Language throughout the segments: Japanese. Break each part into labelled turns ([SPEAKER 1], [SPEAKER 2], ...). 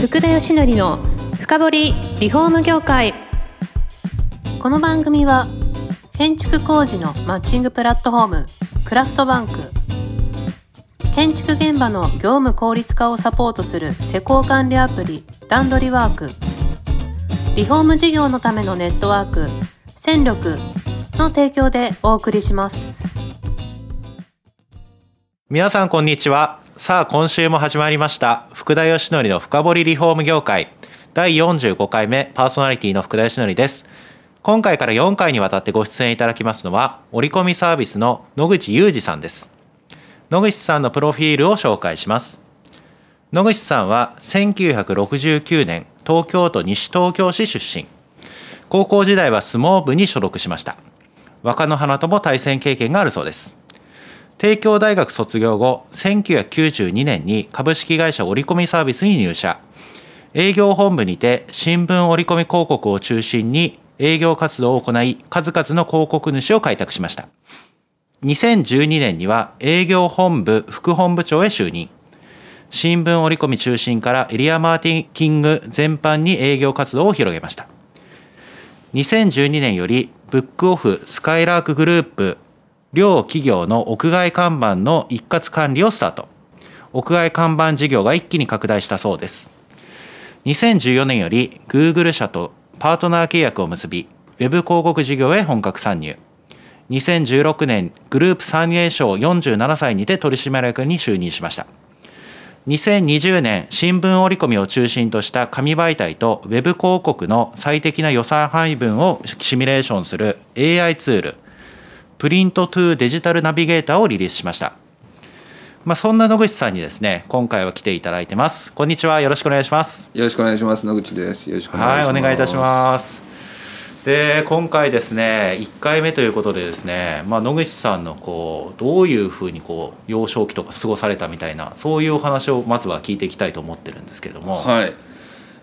[SPEAKER 1] 福田義則の深掘りリフォーム業界この番組は建築工事のマッチングプラットフォームクラフトバンク建築現場の業務効率化をサポートする施工管理アプリ段取りワークリフォーム事業のためのネットワーク戦力の提供でお送りします。
[SPEAKER 2] 皆さんこんにちはさあ今週も始まりました福田義則の深掘りリフォーム業界第45回目パーソナリティの福田義則です今回から4回にわたってご出演いただきますのは折り込みサービスの野口裕二さんです野口さんのプロフィールを紹介します野口さんは1969年東京都西東京市出身高校時代は相撲部に所属しました若の花とも対戦経験があるそうです帝京大学卒業後1992年に株式会社折り込みサービスに入社営業本部にて新聞折り込み広告を中心に営業活動を行い数々の広告主を開拓しました2012年には営業本部副本部長へ就任新聞折り込み中心からエリアマーケティング全般に営業活動を広げました2012年よりブックオフスカイラークグループ両企業の屋外看板の一括管理をスタート屋外看板事業が一気に拡大したそうです2014年より Google 社とパートナー契約を結び Web 広告事業へ本格参入2016年グループ三栄賞47歳にて取締役に就任しました2020年新聞折り込みを中心とした紙媒体とウェブ広告の最適な予算配分をシミュレーションする AI ツールプリントトゥデジタルナビゲーターをリリースしました、まあ、そんな野口さんにですね今回は来ていただいてますこんにちはよろしくお願いします
[SPEAKER 3] よろしくお願いします。野口です。よろしくお
[SPEAKER 2] は
[SPEAKER 3] 願いしま
[SPEAKER 2] い
[SPEAKER 3] す。
[SPEAKER 2] お願いいたしますで今回ですね1回目ということでですね、まあ、野口さんのこうどういうふうにこう幼少期とか過ごされたみたいなそういうお話をまずは聞いていきたいと思ってるんですけども、
[SPEAKER 3] はい。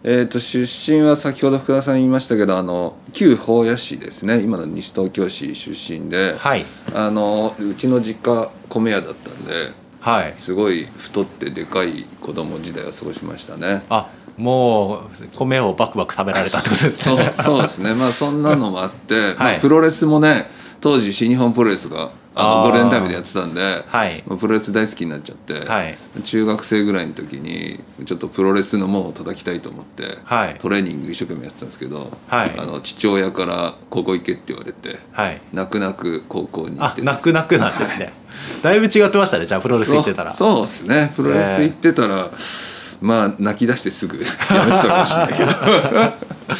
[SPEAKER 3] えっ、と出身は先ほど福田さん言いましたけど、あの旧保谷市ですね。今の西東京市出身で、
[SPEAKER 2] はい
[SPEAKER 3] あのうちの実家米屋だったんで、
[SPEAKER 2] はい
[SPEAKER 3] すごい太ってでかい子供時代を過ごしましたね。
[SPEAKER 2] あもう米をバクバク食べられたってことです
[SPEAKER 3] そう
[SPEAKER 2] ね
[SPEAKER 3] そうですね。まあそんなのもあって、
[SPEAKER 2] はい
[SPEAKER 3] まあプロレスもね、当時新日本プロレスがあの
[SPEAKER 2] あー
[SPEAKER 3] ゴールデンタイムでやってたんで、
[SPEAKER 2] はい
[SPEAKER 3] まあプロレス大好きになっちゃって、
[SPEAKER 2] はい
[SPEAKER 3] 中学生ぐらいの時にちょっとプロレスの門を叩きたいと思って、
[SPEAKER 2] はい
[SPEAKER 3] トレーニング一生懸命やってたんですけど、
[SPEAKER 2] はい
[SPEAKER 3] あの父親から高校行けって言われて、
[SPEAKER 2] はい
[SPEAKER 3] 泣く泣く高校に行
[SPEAKER 2] あ
[SPEAKER 3] ってですね
[SPEAKER 2] 泣く泣くなんですね、だいぶ違ってましたねじゃあプロレス行ってたら
[SPEAKER 3] そうそうですねプロレス行ってたら、まあ泣き出してすぐやめてたかもしれないけど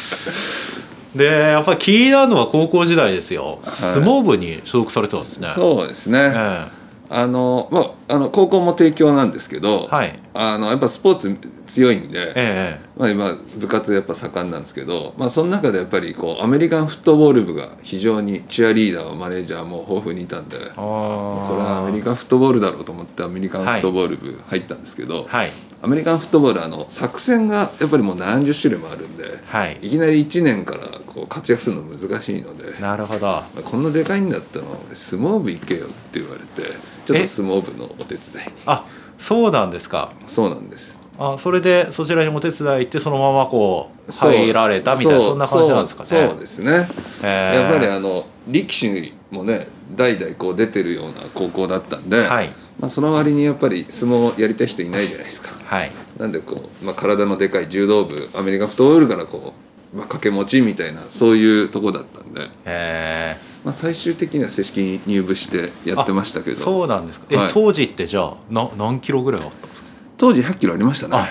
[SPEAKER 2] でやっぱり気になるのは高校時代ですよ、相撲部に所属されてたんですねう、
[SPEAKER 3] そうですね、
[SPEAKER 2] え
[SPEAKER 3] あのまあ、あの高校も帝京なんですけど、
[SPEAKER 2] はい
[SPEAKER 3] あのやっぱスポーツ強いんで、
[SPEAKER 2] えええ
[SPEAKER 3] まあ、今部活やっぱ盛んなんですけど、まあ、その中でやっぱりこうアメリカンフットボール部が非常にチアリーダーもマネージャーも豊富にいたんで
[SPEAKER 2] あ
[SPEAKER 3] こ
[SPEAKER 2] ー
[SPEAKER 3] れはアメリカンフットボールだろうと思ってアメリカンフットボール部入ったんですけど、
[SPEAKER 2] はい
[SPEAKER 3] アメリカンフットボールあの作戦がやっぱりもう何十種類もあるんで、
[SPEAKER 2] はい
[SPEAKER 3] いきなり1年からこう活躍するの難しいので。
[SPEAKER 2] なるほど
[SPEAKER 3] まあこんなでかいんだったら俺相撲部行けよって言われてちょっ
[SPEAKER 2] え
[SPEAKER 3] と相撲部のお手伝いに
[SPEAKER 2] あそうなんですか
[SPEAKER 3] そうなんです
[SPEAKER 2] あそれでそちらにお手伝い行ってそのままこう
[SPEAKER 3] そう
[SPEAKER 2] 入られたみたいなそんな感じなんですかね
[SPEAKER 3] そうそうですね、
[SPEAKER 2] えー
[SPEAKER 3] やっぱりあの力士もね代々こう出てるような高校だったんで、
[SPEAKER 2] はい
[SPEAKER 3] まあ、その割にやっぱり相撲やりたい人いないじゃないですか
[SPEAKER 2] はい
[SPEAKER 3] なんでこう、まあ、体のでかい柔道部アメリカンフットボールからこう、まあ、掛け持ちみたいなそういうとこだったんで、
[SPEAKER 2] え
[SPEAKER 3] まあ、最終的には正式に入部してやってましたけ
[SPEAKER 2] ー、
[SPEAKER 3] ど
[SPEAKER 2] そうなんですかえ、
[SPEAKER 3] はい
[SPEAKER 2] 当時ってじゃあな何キロぐらいあったんですか
[SPEAKER 3] 当時100キロありましたね
[SPEAKER 2] あや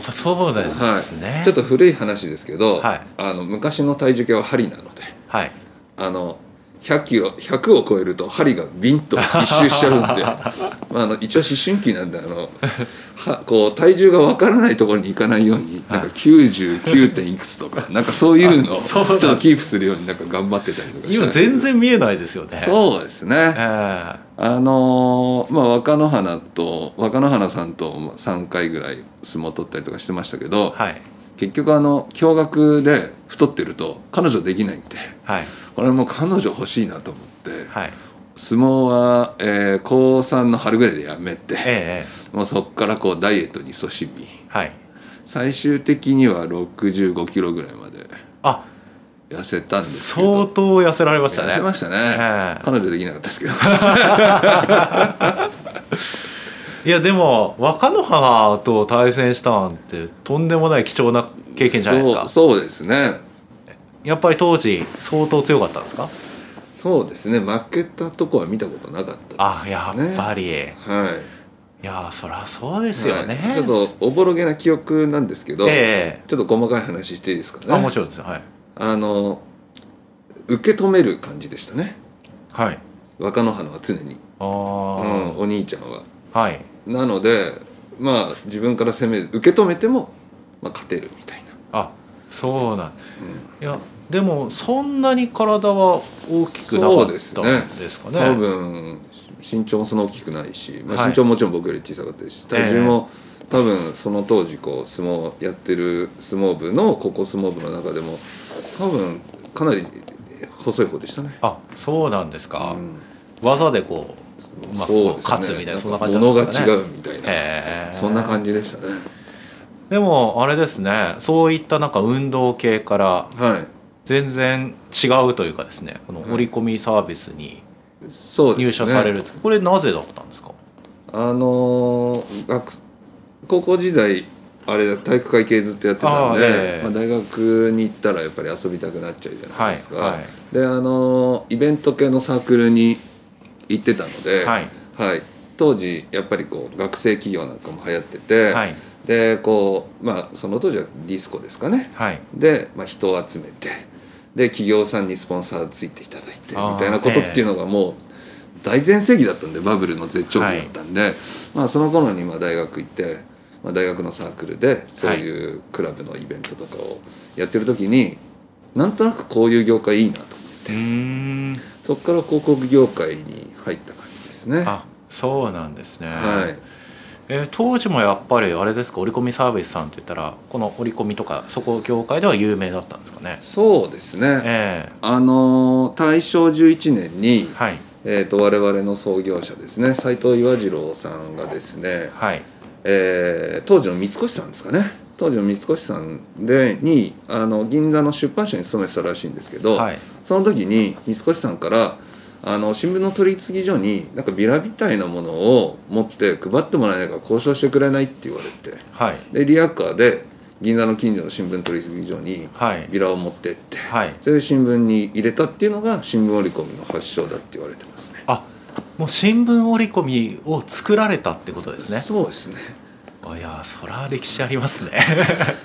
[SPEAKER 2] っぱそうなんですね、
[SPEAKER 3] はい、ちょっと古い話ですけど、
[SPEAKER 2] はい
[SPEAKER 3] あの昔の体重計は針なので
[SPEAKER 2] はい
[SPEAKER 3] あの100キロ100を超えると針がビンと 一周しちゃうんでまああの一応思春期なんであのはこう体重がわからないところに行かないようになんか99点いくつ とかなんかそういうのをち
[SPEAKER 2] そう
[SPEAKER 3] ょ
[SPEAKER 2] なんだ
[SPEAKER 3] っとキープするようになんか頑張ってたりとかして
[SPEAKER 2] 今全然見えないですよねう、
[SPEAKER 3] そうですね
[SPEAKER 2] えー、
[SPEAKER 3] あのーまあ若野花と若野花さんと3回ぐらい相撲取ったりとかしてましたけど、
[SPEAKER 2] はい
[SPEAKER 3] 結局あの驚愕で太ってると彼女できないんで
[SPEAKER 2] はい
[SPEAKER 3] これもう彼女欲しいなと思って
[SPEAKER 2] はい
[SPEAKER 3] 相撲は、えー高3の春ぐらいでやめて
[SPEAKER 2] えええ
[SPEAKER 3] もうそっからこうダイエットに勤しみ
[SPEAKER 2] えはい
[SPEAKER 3] 最終的には65キロぐらいまで
[SPEAKER 2] あ
[SPEAKER 3] 痩せたんですけ
[SPEAKER 2] 相
[SPEAKER 3] ど
[SPEAKER 2] 当痩せられましたね
[SPEAKER 3] 痩せましたね、
[SPEAKER 2] ええ
[SPEAKER 3] 彼女できなかったですけど
[SPEAKER 2] いやでも若野花と対戦したなんてとんでもない貴重な経験じゃないですか
[SPEAKER 3] そうそうですね
[SPEAKER 2] やっぱり当時相当強かったんですか
[SPEAKER 3] そうですね負けたとこは見たことなかった
[SPEAKER 2] あ
[SPEAKER 3] です
[SPEAKER 2] や
[SPEAKER 3] ね
[SPEAKER 2] っぱり、
[SPEAKER 3] はい
[SPEAKER 2] いやそりゃそうですよね、
[SPEAKER 3] はいちょっとおぼろげな記憶なんですけど、
[SPEAKER 2] え
[SPEAKER 3] ちょっと細かい話していいですか
[SPEAKER 2] えあも
[SPEAKER 3] ね
[SPEAKER 2] ちろんですよはい
[SPEAKER 3] あの受け止める感じでしたね
[SPEAKER 2] はい
[SPEAKER 3] 若野花は常に、
[SPEAKER 2] あ
[SPEAKER 3] う
[SPEAKER 2] あ、
[SPEAKER 3] ん、お兄ちゃんは
[SPEAKER 2] はい
[SPEAKER 3] なのでまあ自分から攻め受け止めても、まあ、勝てるみたいな、
[SPEAKER 2] あそうなん
[SPEAKER 3] う
[SPEAKER 2] いやでもそんなに体は大きくなか
[SPEAKER 3] そ
[SPEAKER 2] った
[SPEAKER 3] う
[SPEAKER 2] ん
[SPEAKER 3] で
[SPEAKER 2] ですすか
[SPEAKER 3] ねん
[SPEAKER 2] ね
[SPEAKER 3] 多分身長もそんな大きくないし、ま
[SPEAKER 2] は
[SPEAKER 3] あ、
[SPEAKER 2] い
[SPEAKER 3] 身長ももちろん僕より小さかったですし
[SPEAKER 2] ええ
[SPEAKER 3] 体重も、多分その当時こう相撲やってる相撲部の高校相撲部の中でも多分かなり細い方でしたね。
[SPEAKER 2] あそうなんですか、
[SPEAKER 3] うん
[SPEAKER 2] 技でこううまくこう
[SPEAKER 3] そ
[SPEAKER 2] 勝
[SPEAKER 3] うで
[SPEAKER 2] つ
[SPEAKER 3] すね
[SPEAKER 2] みたいなそん
[SPEAKER 3] な
[SPEAKER 2] なん感
[SPEAKER 3] か
[SPEAKER 2] じなん
[SPEAKER 3] 物
[SPEAKER 2] で
[SPEAKER 3] が
[SPEAKER 2] すかね
[SPEAKER 3] 違うみたいな
[SPEAKER 2] へえ
[SPEAKER 3] そんな感じでしたね。
[SPEAKER 2] でもあれですねそういったなんか運動系から
[SPEAKER 3] はい
[SPEAKER 2] 全然違うというかですねこの
[SPEAKER 3] うん
[SPEAKER 2] 折り込みサービスに
[SPEAKER 3] そうですね
[SPEAKER 2] 入社されると、これなぜだったんですか
[SPEAKER 3] あのー学高校時代あれ体育会系ずっとやってたんで
[SPEAKER 2] あーええ
[SPEAKER 3] まあ、大学に行ったらやっぱり遊びたくなっちゃうじゃない
[SPEAKER 2] はい
[SPEAKER 3] ですか、
[SPEAKER 2] は
[SPEAKER 3] であのーイベント系のサークルに行ってたので、
[SPEAKER 2] いはい
[SPEAKER 3] はい当時やっぱりこう学生企業なんかも流行ってて、
[SPEAKER 2] はい
[SPEAKER 3] でこうまあその当時はディスコですかね
[SPEAKER 2] はい
[SPEAKER 3] で、まあ、人を集めてで企業さんにスポンサーついていただいてみ
[SPEAKER 2] あー
[SPEAKER 3] たいなことっていうのがもう大全盛期だったんでバブルの絶頂期だったんで、まあ、その頃にまあ大学行って、まあ、大学のサークルでそういうクラブのイベントとかをやってる時になんとなくこういう業界いいなと思っ
[SPEAKER 2] う
[SPEAKER 3] て
[SPEAKER 2] ーん
[SPEAKER 3] そこから広告業界に入った感じですね。は
[SPEAKER 2] あそうなんですね、
[SPEAKER 3] い、
[SPEAKER 2] えー当時もやっぱりあれですか折り込みサービスさんって言ったらこの折り込みとかそこ業界では有名だったんですかね
[SPEAKER 3] そうですね
[SPEAKER 2] え
[SPEAKER 3] あのー大正11年に、
[SPEAKER 2] えはい
[SPEAKER 3] えー、と我々の創業者ですね斎藤岩次郎さんがですね、
[SPEAKER 2] はい
[SPEAKER 3] えー当時の三越さんですかね当時の三越さんでにあの銀座の出版社に勤めてたらしいんですけど、
[SPEAKER 2] はい
[SPEAKER 3] その時に三越さんからあの新聞の取り次ぎ所になんかビラみたいなものを持って配ってもらえないから交渉してくれないって言われて
[SPEAKER 2] はい
[SPEAKER 3] でリヤカーで銀座の近所の新聞取り次ぎ所に
[SPEAKER 2] はい
[SPEAKER 3] ビラを持ってって、
[SPEAKER 2] はい
[SPEAKER 3] それで新聞に入れたっていうのが新聞折り込みの発祥だって言われてますね。
[SPEAKER 2] あもう新聞折り込みを作られたってことですね
[SPEAKER 3] そうですね
[SPEAKER 2] あいやそら歴史あります ね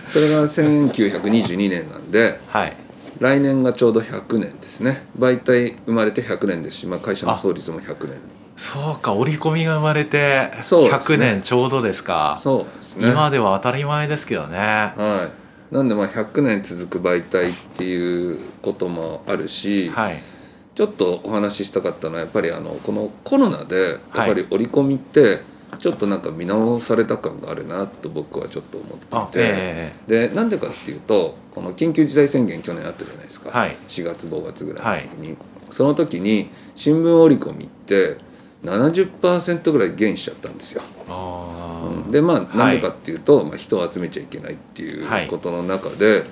[SPEAKER 3] それが1922年なんで
[SPEAKER 2] はい
[SPEAKER 3] 来年がちょうど100年ですね媒体生まれて100年ですし、まあ、会社の創立も100年
[SPEAKER 2] そうか折り込みが生まれて
[SPEAKER 3] そうです
[SPEAKER 2] 100
[SPEAKER 3] ね
[SPEAKER 2] 年ちょうどですか
[SPEAKER 3] そうですね
[SPEAKER 2] 今では当たり前ですけどね
[SPEAKER 3] はいなんでまあ100年続く媒体っていうこともあるし、
[SPEAKER 2] はい
[SPEAKER 3] ちょっとお話ししたかったのはやっぱりあのこのコロナでやっ
[SPEAKER 2] はい
[SPEAKER 3] ぱり折り込みってちょっとなんか見直された感があるなと僕はちょっと思ってい
[SPEAKER 2] あ
[SPEAKER 3] て、
[SPEAKER 2] え
[SPEAKER 3] でなんでかっていうとこの緊急事態宣言去年あったじゃないですか、
[SPEAKER 2] はい
[SPEAKER 3] 4月5月ぐらいの時に、その時に新聞折り込みって70%ぐらい減しちゃったんですよ。
[SPEAKER 2] えあー
[SPEAKER 3] でまあ
[SPEAKER 2] い
[SPEAKER 3] なんでかっていうと、まあ、人を集めちゃいけないっていう
[SPEAKER 2] はい
[SPEAKER 3] ことの中で、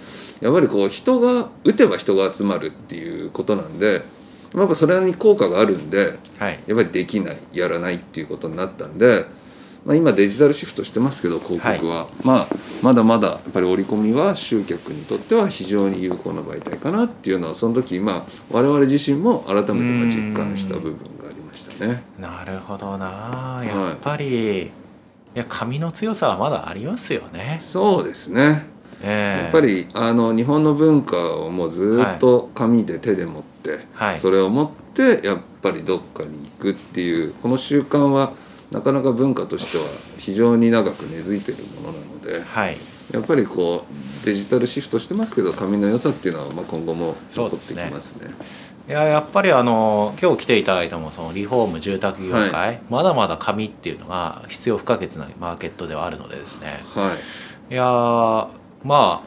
[SPEAKER 3] やっぱりこう人が打てば人が集まるっていうことなんでやっぱそれに効果があるんで
[SPEAKER 2] はい
[SPEAKER 3] やっぱりできないやらないっていうことになったんで、まあ、今デジタルシフトしてますけど広告は、まあ、まだまだやっぱり折り込みは集客にとっては非常に有効な媒体かなっていうのはその時、まあ、我々自身も改めてまあ実感した部分がありましたね。
[SPEAKER 2] なるほどな
[SPEAKER 3] は
[SPEAKER 2] や
[SPEAKER 3] い
[SPEAKER 2] っぱり、い、や髪の強さはまだありますよね、
[SPEAKER 3] そうですね
[SPEAKER 2] ええ
[SPEAKER 3] やっぱりあの日本の文化をもうずっと紙で手で持って、
[SPEAKER 2] はい
[SPEAKER 3] それを持ってやっぱりどっかに行くっていうこの習慣はなかなか文化としては非常に長く根付いてるものなので
[SPEAKER 2] はい
[SPEAKER 3] やっぱりこうデジタルシフトしてますけど紙の良さっていうのはまあ今後も残ってきますね。
[SPEAKER 2] いややっぱりあの今日来ていただいたもそのリフォーム住宅業界、
[SPEAKER 3] は
[SPEAKER 2] まだまだ紙っていうのが必要不可欠なマーケットではあるのでですね
[SPEAKER 3] はい
[SPEAKER 2] いやーま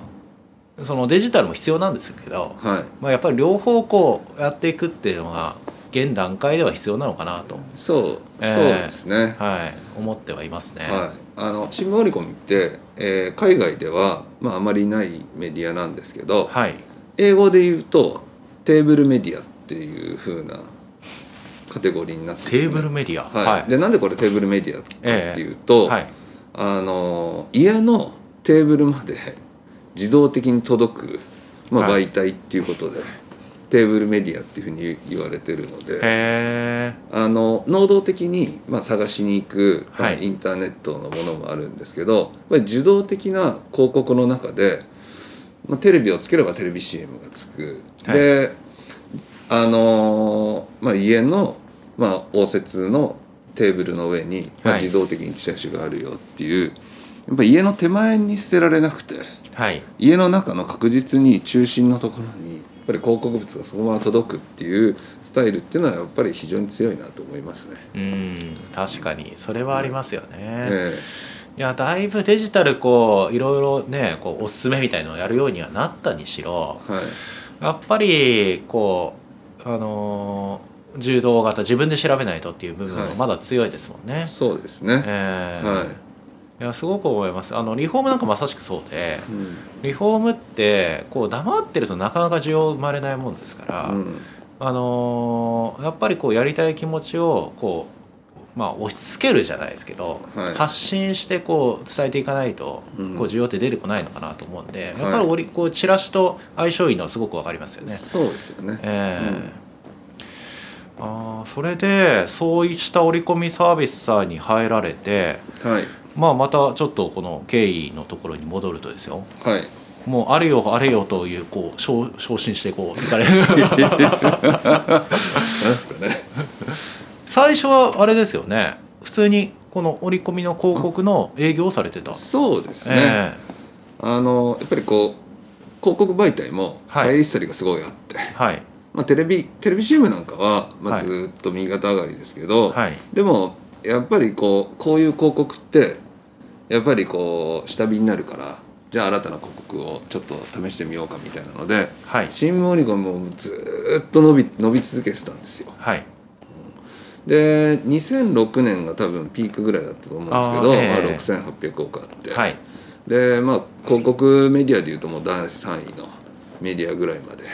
[SPEAKER 2] あそのデジタルも必要なんですけど、
[SPEAKER 3] はい
[SPEAKER 2] まあ、やっぱり両方こうやっていくっていうのが現段階では必要なのかなと、
[SPEAKER 3] そうそう
[SPEAKER 2] えー
[SPEAKER 3] ですね、
[SPEAKER 2] はい、思ってはいますね。
[SPEAKER 3] はい、あの新聞オリコンって、えー海外では、まあ、あまりないメディアなんですけど、
[SPEAKER 2] はい、
[SPEAKER 3] 英語で言うとテーブルメディアっていう風なカテゴリーになってますね
[SPEAKER 2] テーブルメディア、
[SPEAKER 3] はいでなんでこれテーブルメディアかっていうと、
[SPEAKER 2] はい、
[SPEAKER 3] あの家のテーブルまで自動的に届く、まあ、
[SPEAKER 2] はい
[SPEAKER 3] 媒体っていうことで、テーブルメディアっていうふうに言われてるので。
[SPEAKER 2] へ
[SPEAKER 3] あの能動的に、まあ、探しに行く、まあ
[SPEAKER 2] はい
[SPEAKER 3] インターネットのものもあるんですけど、まあ、受動的な広告の中で、まあ、テレビをつければテレビ CM がつく、
[SPEAKER 2] はい
[SPEAKER 3] であのーまあ、家の、まあ、応接のテーブルの上に、まあ、
[SPEAKER 2] はい
[SPEAKER 3] 自動的にチラシがあるよっていう、やっぱ家の手前に捨てられなくて
[SPEAKER 2] ーはい、
[SPEAKER 3] 家の中の確実に中心のところにやっぱり広告物がそのまま届くっていうスタイルっていうのはやっぱり非常に強いなと思いますね。
[SPEAKER 2] うん確かにそれはありますよね。
[SPEAKER 3] え
[SPEAKER 2] いやだいぶデジタルこういろいろねこうおすすめみたいのをやるようにはなったにしろ
[SPEAKER 3] えはい
[SPEAKER 2] やっぱりこうあのー柔道型自分で調べないとっていう部分
[SPEAKER 3] は
[SPEAKER 2] はいまだ強いですもんね。
[SPEAKER 3] そうですね、
[SPEAKER 2] えー
[SPEAKER 3] はい
[SPEAKER 2] いやすごく思いますあのリフォームなんかまさしくそうで
[SPEAKER 3] うん
[SPEAKER 2] リフォームってこう黙ってるとなかなか需要生まれないもんですから、
[SPEAKER 3] うん
[SPEAKER 2] あのーやっぱりこうやりたい気持ちをこう、まあ、押し付けるじゃないですけど、
[SPEAKER 3] はい
[SPEAKER 2] 発信してこう伝えていかないと、
[SPEAKER 3] うん
[SPEAKER 2] こう需要って出てこないのかなと思うんで、
[SPEAKER 3] はい
[SPEAKER 2] やっぱりおりこうチラシと相性いいのはすごくわかりますよね。
[SPEAKER 3] そうですよね、
[SPEAKER 2] ええあーそれでそうした折り込みサービスさんに入られて、
[SPEAKER 3] はい
[SPEAKER 2] まあ、またちょっとこの経緯のところに戻るとですよ
[SPEAKER 3] はい
[SPEAKER 2] もうあれよあれよというこう昇昇進してこう行かれる
[SPEAKER 3] なんですかね
[SPEAKER 2] 最初はあれですよね普通にこの折り込みの広告の営業をされてた
[SPEAKER 3] そうですね、
[SPEAKER 2] え
[SPEAKER 3] あのやっぱりこう広告媒体も
[SPEAKER 2] はい
[SPEAKER 3] 入りしたりがすごいあって、
[SPEAKER 2] えはい
[SPEAKER 3] まあ、テレビテレビ CM なんかは、ま
[SPEAKER 2] は
[SPEAKER 3] あ、
[SPEAKER 2] い
[SPEAKER 3] ずっと右肩上がりですけど、
[SPEAKER 2] はい
[SPEAKER 3] でもやっぱりこうこういう広告ってやっぱりこう下火になるからじゃあ新たな広告をちょっと試してみようかみたいなので
[SPEAKER 2] はい
[SPEAKER 3] 新聞オリコンもずっと伸び伸び続けてたんですよ
[SPEAKER 2] はい
[SPEAKER 3] で2006年が多分ピークぐらいだったと思うんですけど
[SPEAKER 2] あーええ
[SPEAKER 3] まあ、6800億あって、
[SPEAKER 2] はい
[SPEAKER 3] でまあ広告メディアでいうともう男子3位のメディアぐらいまで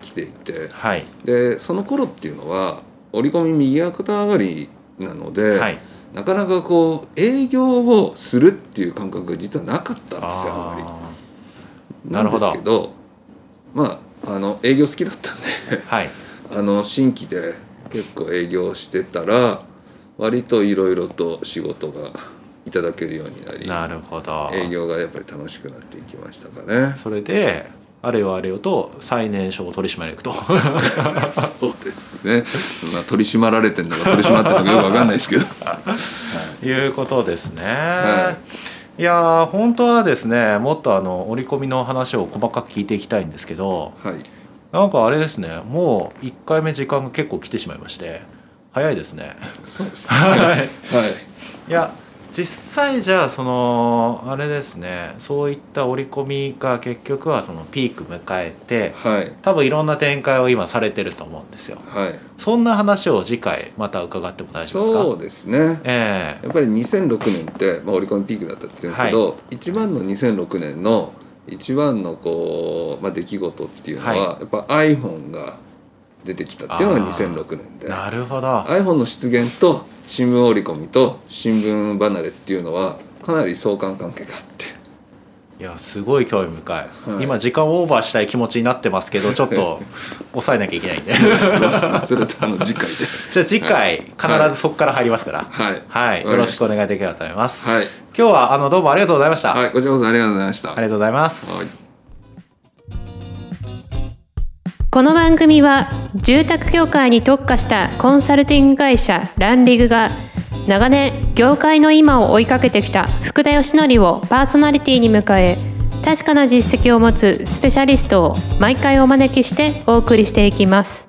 [SPEAKER 3] 来ていて
[SPEAKER 2] はい
[SPEAKER 3] でその頃っていうのは折り込み右肩上がりなので、
[SPEAKER 2] はい
[SPEAKER 3] なかなかこう営業をするっていう感覚が実はなかったんですよあんま
[SPEAKER 2] あ
[SPEAKER 3] り。
[SPEAKER 2] ーなるほど
[SPEAKER 3] んですけどまああの営業好きだったんで
[SPEAKER 2] ーはい
[SPEAKER 3] あの新規で結構営業してたら割といろいろと仕事がいただけるようになり
[SPEAKER 2] なるほど。
[SPEAKER 3] 営業がやっぱり楽しくなっていきましたかね
[SPEAKER 2] それであれよあれよと最年少取締役と
[SPEAKER 3] そうですね、まあ、取り締まられてるのか取り締まってるのかよくわかんないですけど
[SPEAKER 2] いうことですね、、
[SPEAKER 3] はい
[SPEAKER 2] やー本当はですねもっとあの折り込みの話を細かく聞いていきたいんですけど
[SPEAKER 3] はい
[SPEAKER 2] なんかあれですねもう1回目時間が結構来てしまいまして早いですね
[SPEAKER 3] そうですねは
[SPEAKER 2] はい
[SPEAKER 3] い
[SPEAKER 2] いや実際じゃあそのあれですねそういった折り込みが結局はそのピーク迎えて
[SPEAKER 3] はい
[SPEAKER 2] 多分いろんな展開を今されてると思うんですよ
[SPEAKER 3] はい
[SPEAKER 2] そんな話を次回また伺っても大丈夫ですか
[SPEAKER 3] そうですね
[SPEAKER 2] ええ
[SPEAKER 3] やっぱり2006年って、まあ、オリコンピークだったって言うんですけど、一番の2006年の一番のこう、まあ、出来事っていうのは、
[SPEAKER 2] はい
[SPEAKER 3] やっぱ iPhone が出てきたっていうのが
[SPEAKER 2] あー
[SPEAKER 3] 2006年で
[SPEAKER 2] なるほど
[SPEAKER 3] iPhone の出現と新聞折り込みと新聞離れっていうのはかなり相関関係があって
[SPEAKER 2] いやすごい興味深い、
[SPEAKER 3] はい
[SPEAKER 2] 今時間オーバーしたい気持ちになってますけどちょっ と抑えなきゃいけないんで
[SPEAKER 3] そうです ねそれとあの次回で
[SPEAKER 2] じゃあ次回必ずそこから入りますから
[SPEAKER 3] はい
[SPEAKER 2] はい、よろしくお願いできればと思います、
[SPEAKER 3] はい、
[SPEAKER 2] 今日はあのどうもありがとうございました、
[SPEAKER 3] はい、こちらこそありがとうございました
[SPEAKER 2] ありがとうございます、
[SPEAKER 3] はい
[SPEAKER 1] この番組は住宅業界に特化したコンサルティング会社ランリグが長年業界の今を追いかけてきた福田義則をパーソナリティに迎え確かな実績を持つスペシャリストを毎回お招きしてお送りしていきます。